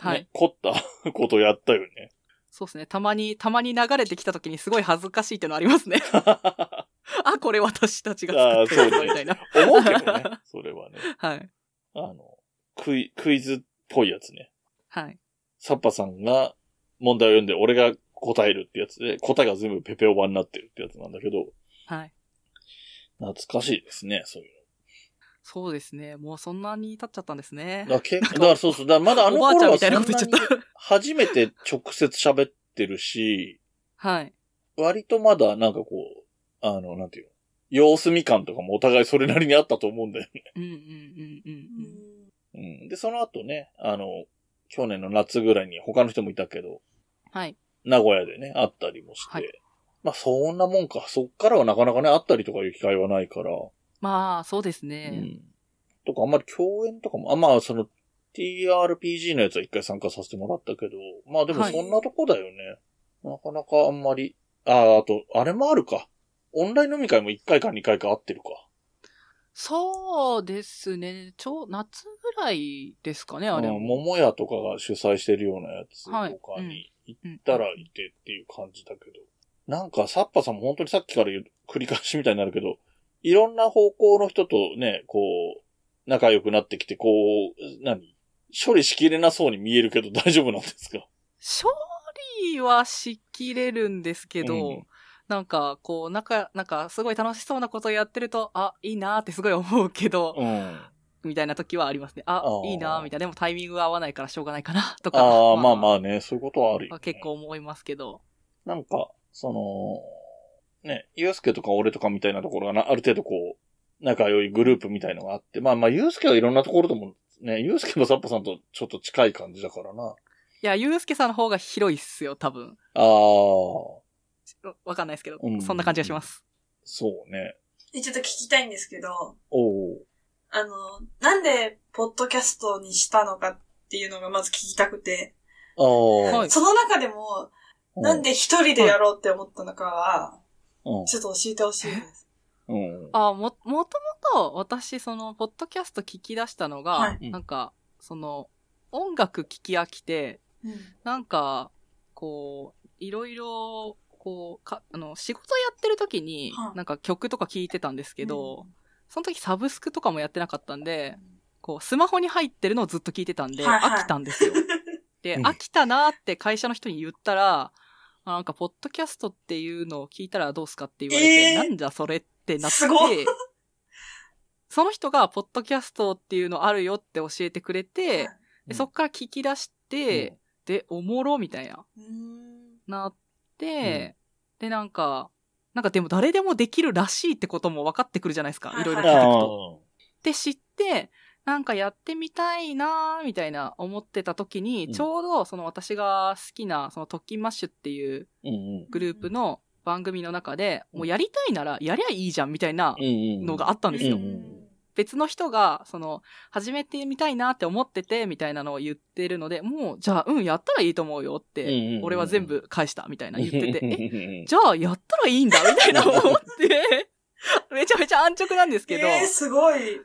Speaker 2: ね
Speaker 3: はい。
Speaker 2: 凝ったことやったよね。
Speaker 3: そうですね。たまに、たまに流れてきた時にすごい恥ずかしいってのあります ね。あ、これ私たちが作ってる
Speaker 2: あーそう
Speaker 3: ぞ
Speaker 2: ね
Speaker 3: みたいな。
Speaker 2: 思うけ どね。それはね。
Speaker 3: はい。
Speaker 2: あの、クイ、クイズっぽいやつね。
Speaker 3: はい。
Speaker 2: サッパさんが問題を読んで俺が答えるってやつで、答えが全部ペペオバになってるってやつなんだけど、
Speaker 3: はい。
Speaker 2: 懐かしいですね、そういう
Speaker 3: そうですね。もうそんなに経っちゃったんですね
Speaker 2: の。。だからけだからそうそう、だからまだあの
Speaker 3: おばあちゃん
Speaker 2: 頃はそ
Speaker 3: みたい
Speaker 2: んな
Speaker 3: な
Speaker 2: に
Speaker 3: こと言っちゃっ
Speaker 2: 初めて直接喋ってるし、
Speaker 3: た。 はい。
Speaker 2: 割とまだなんかこう、あの、なんていうの、様子見感とかもお互いそれなりにあったと思うんだよね。
Speaker 3: うんうんうんうんうん。
Speaker 2: うん。で、その後ね、あの、去年の夏ぐらいに他の人もいたけど、
Speaker 3: はい。
Speaker 2: 名古屋でね、会ったりもして、
Speaker 3: はい
Speaker 2: まあそんなもんか。そっからはなかなかね、会ったりとかいう機会はないから、
Speaker 3: まあ、そうです
Speaker 2: う
Speaker 3: ね。
Speaker 2: ん。とかあんまり共演とかも、あまあその TRPG のやつは一回参加させてもらったけど、まあでも
Speaker 3: はい
Speaker 2: そんなとこだよね。なかなかあんまり、ああ、あと、あれもあるか。オンライン飲み会も一回か二回か会ってるか。
Speaker 3: そうですね。ちょう、夏ぐらいですかね、あれ
Speaker 2: うん、
Speaker 3: も。
Speaker 2: 桃屋とかが主催してるようなやつと
Speaker 3: はい
Speaker 2: かに行っ
Speaker 3: うん
Speaker 2: たらいてっていう感じだけど、なんかサッパさんも本当にさっきから言う繰り返しみたいになるけど、いろんな方向の人とね、こう、仲良くなってきて、こう、何処理しきれなそうに見えるけど大丈夫なんですか
Speaker 3: 勝利はしきれるんですけど、
Speaker 2: うん
Speaker 3: なんか、こう、なんか、なんか、すごい楽しそうなことやってると、あ、いいなーってすごい思うけど、
Speaker 2: うん。
Speaker 3: みたいな時はありますね。あ
Speaker 2: あ、ー
Speaker 3: いいなーみたいな。でもタイミングが合わないからしょうがないかな、とか。
Speaker 2: ああ、まあまあね、そういうことはあるよ、ね。
Speaker 3: 結構思いますけど。
Speaker 2: なんか、その、ね、ゆうすけとか俺とかみたいなところがな、ある程度こう、仲良いグループみたいのがあって、まあまあ、ゆうすけはいろんなところとも、ね、ゆうすけもサッパさんとちょっと近い感じだからな。
Speaker 3: いや、ゆうすけさんの方が広いっすよ、多分。
Speaker 2: ああ、
Speaker 3: わわかんないですけど、
Speaker 2: うん
Speaker 3: そんな感じがします。
Speaker 2: そうね。
Speaker 1: でちょっと聞きたいんですけど、
Speaker 2: おう
Speaker 1: あの、なんで、ポッドキャストにしたのかっていうのがまず聞きたくて、
Speaker 2: ああ、
Speaker 3: はい
Speaker 1: その中でも、なんで一人でやろうって思ったのかは、
Speaker 2: うん、
Speaker 1: ちょっと教えてほしいです。
Speaker 2: うん。
Speaker 3: あ、も、もともと私、その、ポッドキャスト聞き出したのが、
Speaker 1: はい
Speaker 3: なんか、その、音楽聞き飽きて、
Speaker 1: うん
Speaker 3: なんか、こう、いろいろ、こう、か、あの、仕事やってる時に
Speaker 1: は、い
Speaker 3: なんか曲とか聞いてたんですけど、、その時サブスクとかもやってなかったんで、こう、スマホに入ってるのをずっと聞いてたんで、
Speaker 1: はいはい
Speaker 3: 飽きたん ですよ。で、
Speaker 2: うん
Speaker 3: 飽きたなーって会社の人に言ったら、あなんか、ポッドキャストっていうのを聞いたらどうすかって言われて、
Speaker 1: えー
Speaker 3: なんじゃそれってなっ
Speaker 1: すご
Speaker 3: て、その人が、ポッドキャストっていうのあるよって教えてくれて、
Speaker 1: はい
Speaker 3: でそっから聞き出して、
Speaker 2: うん
Speaker 3: で、おもろみたいな、
Speaker 1: うん
Speaker 3: なって、で、なんか、なんかでも誰でもできるらしいってことも分かってくるじゃないですか、いろいろ聞い
Speaker 2: あ
Speaker 3: てく
Speaker 1: あ
Speaker 3: と。
Speaker 2: ー
Speaker 3: って知って、なんかやってみたいなーみたいな思ってた時に、
Speaker 2: うん
Speaker 3: ちょうどその私が好きな、そのトッキンマッシュっていう
Speaker 2: うんうん。
Speaker 3: グループの番組の中で、もうやりたいならやりゃいいじゃんみたいな
Speaker 2: うんうん。
Speaker 3: のがあったんですよ。
Speaker 2: うん
Speaker 3: 別の人が、その、始めてみたいなって思ってて、みたいなのを言ってるので、もう、じゃあ、うん、やったらいいと思うよっ
Speaker 2: うんうんう
Speaker 3: て
Speaker 2: ん、
Speaker 3: 俺は全部返した、みたいな言ってて、え、
Speaker 2: て
Speaker 3: じゃあ、やったらいいんだ、みたいな思って、 めちゃめちゃ安直なんですけど、
Speaker 1: えー、すごい。
Speaker 3: っ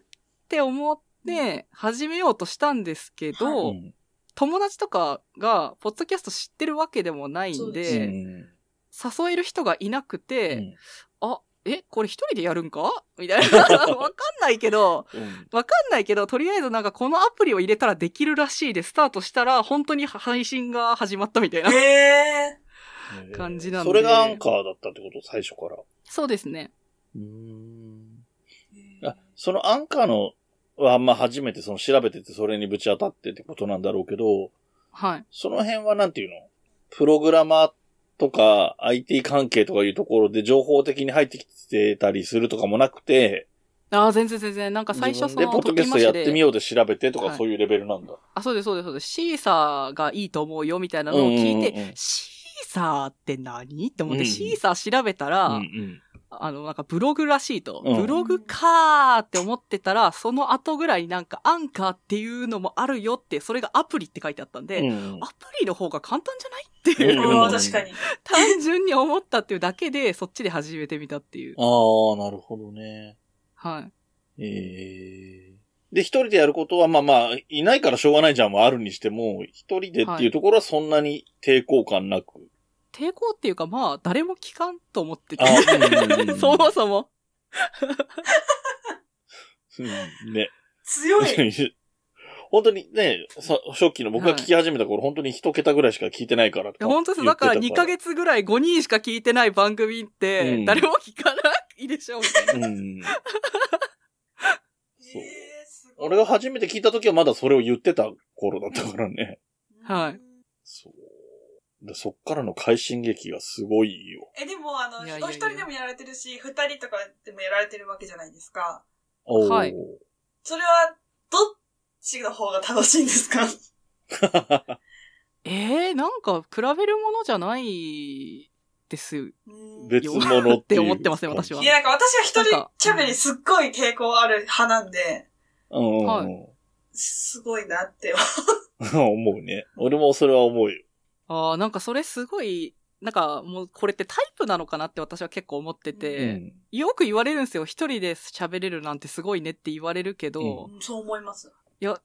Speaker 3: て思って始めようとしたんですけど、
Speaker 2: うん
Speaker 3: 友達とかがポッドキャスト知ってるわけでもない
Speaker 1: そ
Speaker 3: ん
Speaker 1: う
Speaker 2: うん
Speaker 1: で
Speaker 3: で、誘える人がいなくて、あ、え、これ一人でやるんかみたい な。わかんないけど、
Speaker 2: うん
Speaker 3: わかんないけど、とりあえずなんかこのアプリを入れたらできるらしいでスタートしたら、本当に配信が始まったみたいな。
Speaker 1: え
Speaker 2: うん
Speaker 3: 感じなんで
Speaker 2: それがアンカーだったってこと、最初から。
Speaker 3: そうですね。
Speaker 2: うん。
Speaker 1: ー。
Speaker 2: あ、そのアンカーのは、まあ初めてその調べててそれにぶち当たってってことなんだろうけど、
Speaker 3: はい。
Speaker 2: その辺はなんていうのプログラマーとか IT 関係とかいうところで情報的に入ってきてたりするとかもなくて、
Speaker 3: ああ、全然全然。なんか最初
Speaker 2: 自
Speaker 3: そ
Speaker 2: 分で
Speaker 3: の、
Speaker 2: ポッドキャストやってみ
Speaker 3: う。
Speaker 2: ようで調べてと
Speaker 3: は
Speaker 2: か
Speaker 3: い
Speaker 2: そういうレベルなんだ。
Speaker 3: あ、そうです、そうです、そうです。シーサーがいいと思うよ、みたいなのを聞いて、
Speaker 2: うんうんうん
Speaker 3: シーサーって何って思って、
Speaker 2: うん
Speaker 3: シーサー調べたら、
Speaker 2: うん
Speaker 3: あの、なんかブログらしいと。
Speaker 2: うん
Speaker 3: ブログかーって思ってたら、その後ぐらいになんかアンカーっていうのもあるよって、それがアプリって書いてあったんで、
Speaker 2: うん。うん
Speaker 3: アプリの方が簡単じゃないって
Speaker 2: う
Speaker 3: い
Speaker 2: ん
Speaker 3: う
Speaker 1: う
Speaker 3: のを、
Speaker 1: ん、確かに。
Speaker 3: 単純に思ったっていうだけで、そっちで始めてみたっていう。
Speaker 2: ああ、なるほどね。
Speaker 3: はい。
Speaker 2: ええで、一人でやることは、まあまあ、いないからしょうがないじゃんもあるにしても、一人でっていうところはそんなに抵抗感なく。
Speaker 3: 抵抗っていうか、まあ、誰も聞かんと思ってて
Speaker 2: あ。ー うん
Speaker 3: そもそも。
Speaker 2: うんね。
Speaker 1: 強い。
Speaker 2: 本当にね、さ初期の僕が聞き始めた頃、本当に一桁ぐらいしか聞いてないからと
Speaker 3: い
Speaker 2: か
Speaker 3: や本当です。
Speaker 2: 言
Speaker 3: だ
Speaker 2: ってた
Speaker 3: から2ヶ月ぐらい5人しか聞いてない番組っ
Speaker 2: う
Speaker 3: て
Speaker 2: ん、
Speaker 3: 誰も聞かないでしょ、みたいな。
Speaker 2: うん。
Speaker 1: えーすごい
Speaker 2: 俺が初めて聞いた時はまだそれを言ってた頃だったからね。
Speaker 3: はい。
Speaker 2: そう。でそっからの快進撃がすごいよ。
Speaker 1: え、でも、あの、
Speaker 3: いやいやいや
Speaker 1: お一人でもやられてるし、二人とかでもやられてるわけじゃないですか。
Speaker 2: おー
Speaker 3: はい。
Speaker 1: それは、どっちの方が楽しいんですか
Speaker 3: えー、なんか比べるものじゃないですよ。
Speaker 1: うん
Speaker 2: 別物っていう。
Speaker 3: よって思ってますよ私はい
Speaker 1: や、なんか私は一
Speaker 3: なん
Speaker 1: 人
Speaker 3: か
Speaker 1: キャベにすっごい抵抗ある派なんで、
Speaker 2: うん。
Speaker 3: は
Speaker 1: すごいなって。
Speaker 2: 思うね。俺もそれは思うよ。
Speaker 3: ああ、なんかそれすごい、なんかもうこれってタイプなのかなって私は結構思って
Speaker 2: う
Speaker 3: て、
Speaker 2: ん。
Speaker 3: よく言われるんですよ。一人で喋れるなんてすごいねって言われるけど、
Speaker 1: うんそう思います。
Speaker 3: いや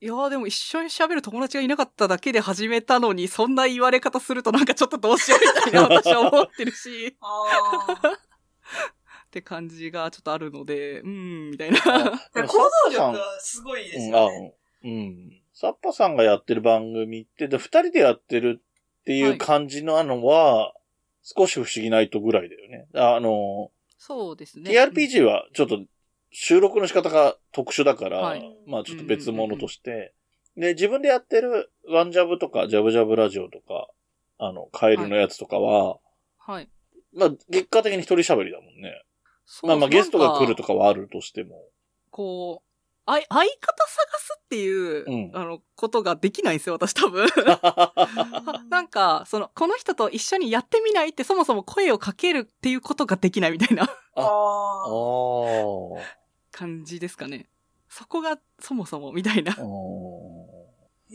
Speaker 3: ーでも一緒に喋る友達がいなかっただけで始めたのに、そんな言われ方するとなんかちょっとどうしようみたいな私は思ってる し、
Speaker 1: ああ。
Speaker 3: って感じがちょっとあるので、うーん、みたいな。
Speaker 1: いや行動力はすごいですよね。
Speaker 2: うんあうん。サッパさんがやってる番組って、で二人でやってるっていう感じのあのは、少し不思議ないとぐらいだよね。あの、
Speaker 3: そうですね。
Speaker 2: TRPG はちょっと収録の仕方が特殊だから、
Speaker 3: はい
Speaker 2: まあちょっと別物として、で、自分でやってるワンジャブとか、ジャブジャブラジオとか、あの、カエルのやつとかは、
Speaker 3: はい。
Speaker 2: まあ結果的に一人喋りだもんね。
Speaker 3: そう
Speaker 2: まあまあゲストが来る
Speaker 3: か
Speaker 2: とかはあるとしても。
Speaker 3: こう、あい相方探すっていう、
Speaker 2: うん
Speaker 3: あの、ことができないんですよ、私多 分。
Speaker 1: な
Speaker 3: なんん
Speaker 1: か、
Speaker 3: か、その、この人と一緒にやってみないって、そもそも声をかけるっていうことができないみたいな
Speaker 2: あ
Speaker 1: あ
Speaker 2: あ。
Speaker 3: 感じですかね。そこが、そもそも、みたいな
Speaker 2: う。ーん
Speaker 1: ー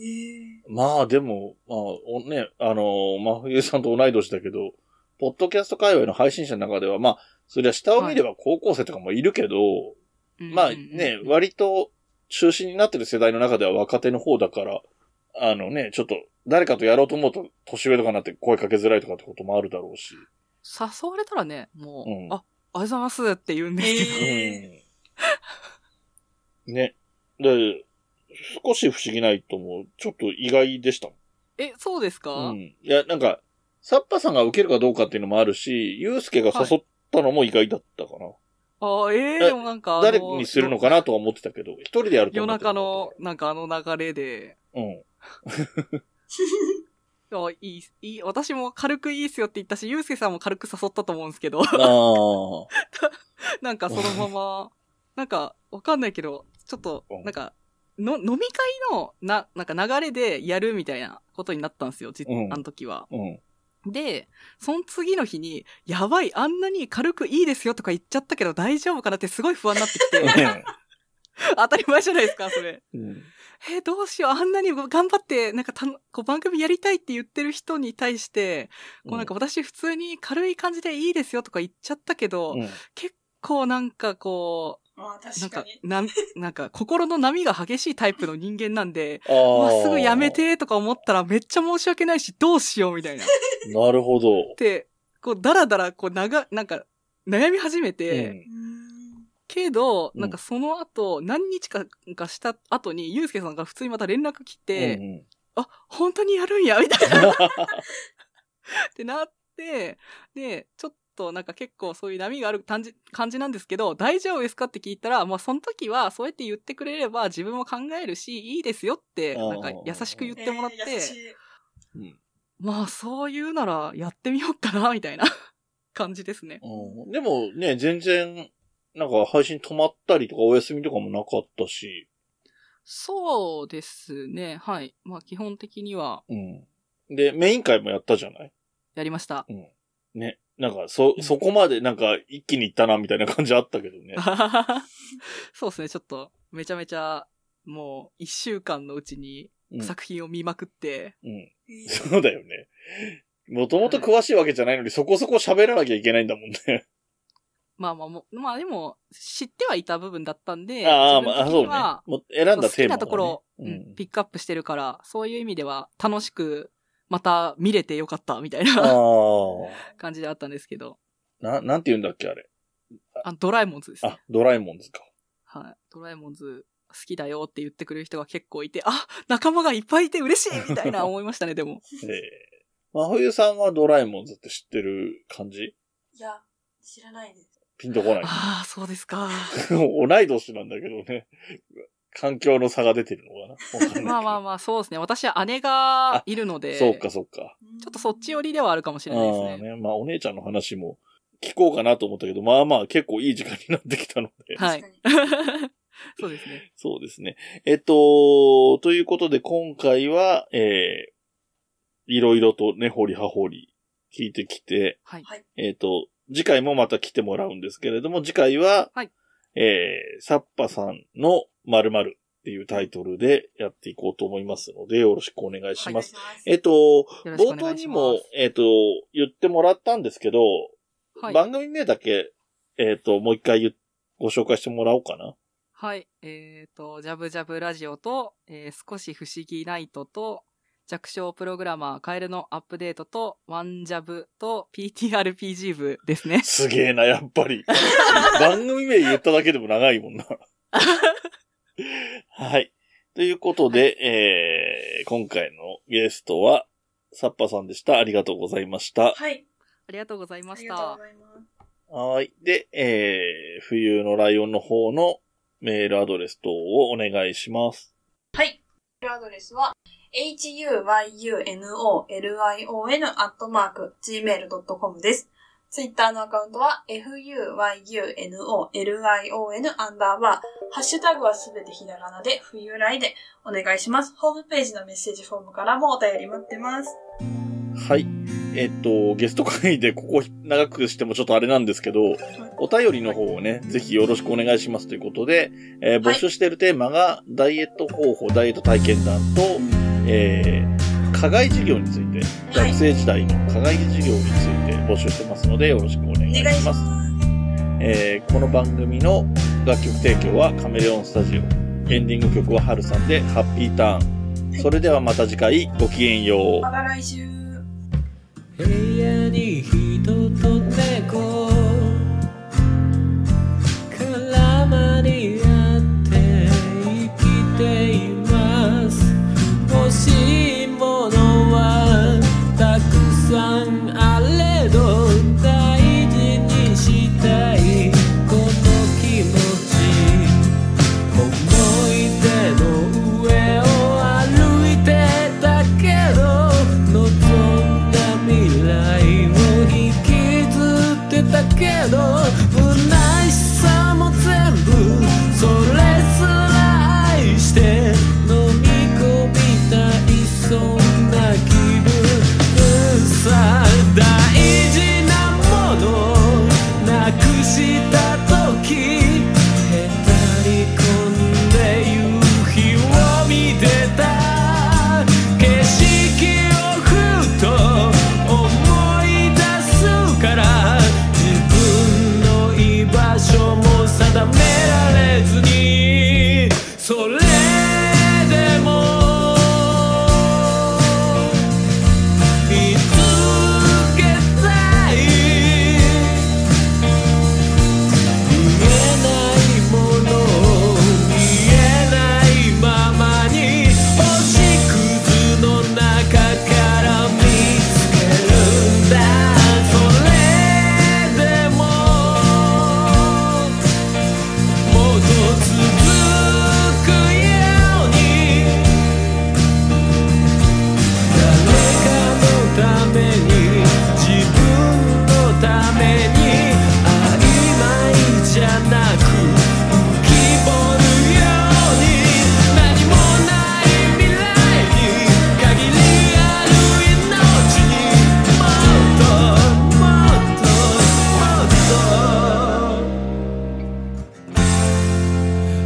Speaker 1: へえ
Speaker 2: まあでも、まあ、おね、あのー、真冬さんと同い年だけど、ポッドキャスト界隈の配信者の中では、まあ、そりゃ下を見れば高校生とかもいるけど、まあね、割と中心になってる世代の中では若手の方だから、あのね、ちょっと誰かとやろうと思うと年上とかになって声かけづらいとかってこともあるだろうし。
Speaker 3: 誘われたらね、もう、
Speaker 2: うん
Speaker 3: あ、ありがとうございますって言うんですけど。
Speaker 1: へ
Speaker 2: うん。ね。で、少し不思議ないと思う。ちょっと意外でしたもん
Speaker 3: え、そうですか、
Speaker 2: うん。いや、なんか、サッパさんが受けるかどうかっていうのもあるし、ユうスケが誘ったのも意外だったかな。
Speaker 3: ああ、ええでもなんか、あの
Speaker 2: 誰にするのかなとは思ってたけど、一人でやると
Speaker 3: 夜
Speaker 2: 思ってなか
Speaker 3: 中
Speaker 2: っ
Speaker 3: の、なんかあの流れで、
Speaker 2: たうん。
Speaker 3: あいい、いい、私も軽くいいっすよって言ったし、ゆうすけさんも軽く誘ったと思うんですけど。
Speaker 2: あ
Speaker 3: なんかその まま、なんかわかんないけど、ちょっと
Speaker 2: うん、
Speaker 3: なんか、の、飲み会の、な、なんか流れでやるみたいなことになったんですよ、じ
Speaker 2: うん
Speaker 3: あの時は。
Speaker 2: あ。うん。
Speaker 3: で、その次の日に、やばい、あんなに軽くいいですよとか言っちゃったけど大丈夫かなってすごい不安になって きて、当たり前じゃないですか、それ。
Speaker 2: うん。
Speaker 3: えーどうしよう、あんなに頑張って、なんかたの、こう番組やりたいって言ってる人に対して、こうなんか私普通に軽い感じでいいですよとか言っちゃったけど、
Speaker 2: うん、
Speaker 3: 結構なんかこう、
Speaker 1: まあ
Speaker 3: なん
Speaker 1: 確か
Speaker 3: か
Speaker 1: に、。
Speaker 3: な、なんか、心の波が激しいタイプの人間なんで、
Speaker 2: あ
Speaker 3: う
Speaker 2: あ。
Speaker 3: わ、すぐやめ。てとか思ったらめっちゃ申し訳ないし、どうしようみたいな。
Speaker 2: なるほど。
Speaker 3: で、こう、だらだら、こう、なが、なんか、悩み始め
Speaker 2: う
Speaker 3: て、
Speaker 2: ん。
Speaker 3: けど、
Speaker 2: うん
Speaker 3: なんかその後、何日かかした後に、ゆうすけさんが普通にまた連絡来て、
Speaker 2: うんうん
Speaker 3: あ、本当にやるんや、みたいな。ってなって、で、ちょっとなんか結構そういう波がある感じ感じなんですけど、大丈夫ですかって聞いたら、まあその時はそうやって言ってくれれば自分も考えるし、いいですよって、
Speaker 2: あー
Speaker 3: なんか優しく言ってもらって、
Speaker 1: えー優しい
Speaker 2: うん
Speaker 3: まあそういうならやってみようかな、みたいな感じですね。
Speaker 2: うんでもね、全然、なんか配信止まったりとかお休みとかもなかったし、
Speaker 3: そうですね。はい。まあ基本的には
Speaker 2: うん。で、メイン会もやったじゃない
Speaker 3: やりました。
Speaker 2: ね。なんか、そ、そこまでなんか一気に行ったなみたいな感じあったけどね。
Speaker 3: そうですね。ちょっとめちゃめちゃもう一週間のうちに
Speaker 2: うん
Speaker 3: 作品を見まくって、
Speaker 2: うん。
Speaker 1: いい
Speaker 2: そうだよね。もともと詳しいわけじゃないのに、そこそこ喋らなきゃいけないんだもん ね。
Speaker 3: まあまあもう、まあでも知ってはいた部分だったんで、
Speaker 2: ああ、
Speaker 3: 自
Speaker 2: ま
Speaker 3: 分
Speaker 2: あ、
Speaker 3: 的
Speaker 2: そう
Speaker 3: に
Speaker 2: ね
Speaker 3: は。
Speaker 2: もう選んだ
Speaker 3: 好き
Speaker 2: テーマ、ね、
Speaker 3: なところを、
Speaker 2: う
Speaker 3: うん
Speaker 2: ん。
Speaker 3: ピックアップしてるから、そういう意味では楽しく、また見れてよかったみたいな
Speaker 2: あ
Speaker 3: 感じであったんですけど、
Speaker 2: あ。な、なんて言うんだっけ、あれ。
Speaker 3: あドラえもんズですね
Speaker 2: あ。、ドラえもんですか。
Speaker 3: はい。ドラえもんズ好きだよって言ってくれる人が結構いて、あ、仲間がいっぱいいて嬉 しいみたいな思いましたね、でも。
Speaker 2: ええ真冬さんはドラえもんずって知ってる感じ
Speaker 1: いや、知らないです。
Speaker 2: ピンとこない。
Speaker 3: ああ、そうですか。
Speaker 2: 同い年なんだけどね。環境の差が出てるのかなわかんないけど
Speaker 3: まあまあまあ、そうですね。私は姉がいるので、
Speaker 2: そうか、
Speaker 3: ち
Speaker 2: そうか。
Speaker 1: ち
Speaker 3: ょっとそっち寄りではあるかもしれないです
Speaker 2: ああ
Speaker 3: ね。
Speaker 2: ね。まあ、お姉ちゃんの話も聞こうかなと思ったけど、まあまあ、結構いい時間になってきたので。
Speaker 3: はい
Speaker 1: 確かに。
Speaker 3: そうですね。
Speaker 2: そうですね。えっと、ということで、今回は、えー、いろいろとね、掘り葉掘り聞いてきて、
Speaker 3: はい。
Speaker 2: えっと、次回もまた来てもらうんですけれども、次回は、
Speaker 3: はい
Speaker 2: えー、サッパさんの〇〇っていうタイトルでやっていこうと思いますので、よろしくお願いし
Speaker 1: お願
Speaker 2: ま
Speaker 1: い
Speaker 2: す。
Speaker 1: します。
Speaker 2: えっと、
Speaker 3: よろしく
Speaker 2: 冒
Speaker 3: お願
Speaker 2: 頭
Speaker 3: い
Speaker 2: に
Speaker 3: します。
Speaker 2: も、えっと、言ってもらったんですけど、
Speaker 3: はい、
Speaker 2: 番組名だけ、えっと、もう一回言っご紹介してもらおうかな。。
Speaker 3: はい。えっ、と、ジャブジャブラジオと、えー少し不思議ナイトと、弱小プログラマーカエルのアップデートと、ワンジャブと PTRPG 部ですね
Speaker 2: すげえな、やっぱり。番組名言っただけでも長いもんな。はい。ということで、えー、今回のゲストは、サッパさんでした。ありがとうございました。
Speaker 1: はい。
Speaker 3: ありがとうございま
Speaker 1: あ
Speaker 3: し
Speaker 1: りがとう
Speaker 3: た
Speaker 1: ご。ざいます。
Speaker 2: はい。で、えー、冬のライオンの方のメールアドレス等をお願いします。
Speaker 1: はい。メールアドレスは、huyunolion.gmail.com です。ツイッターのアカウントは、fuyunolion アンダーバー、ハッシュタグはすべてひらがなで、冬来でお願いします。ホームページのメッセージフォームからもお便り待ってます。
Speaker 2: はい。えっ、と、ゲスト会でここ長くしてもちょっとあれなんですけど、お便りの方をね、ぜひよろしくお願いしますということで、えー募集しているテーマが、ダイエット方法、ダイエット体験談と、えー課外授業について、
Speaker 1: はい
Speaker 2: 学生時代の課外授業について募集してますので、よろしくお願い
Speaker 1: お
Speaker 2: し
Speaker 1: 願いし
Speaker 2: ま。
Speaker 1: ますす。
Speaker 2: えーこの番組の楽曲提供はカメレオンスタジオ。エンディング曲はハルさんで、ハッピーターン。それではまた次回、ごきげんよう
Speaker 1: ま。た来週。
Speaker 4: 部屋に人と猫絡まり合って生きています欲しいものはたくさんあれど大事にしたいこの気持ち思い出の上を歩いてたけど望んだ未来を引きずってた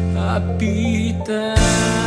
Speaker 4: いた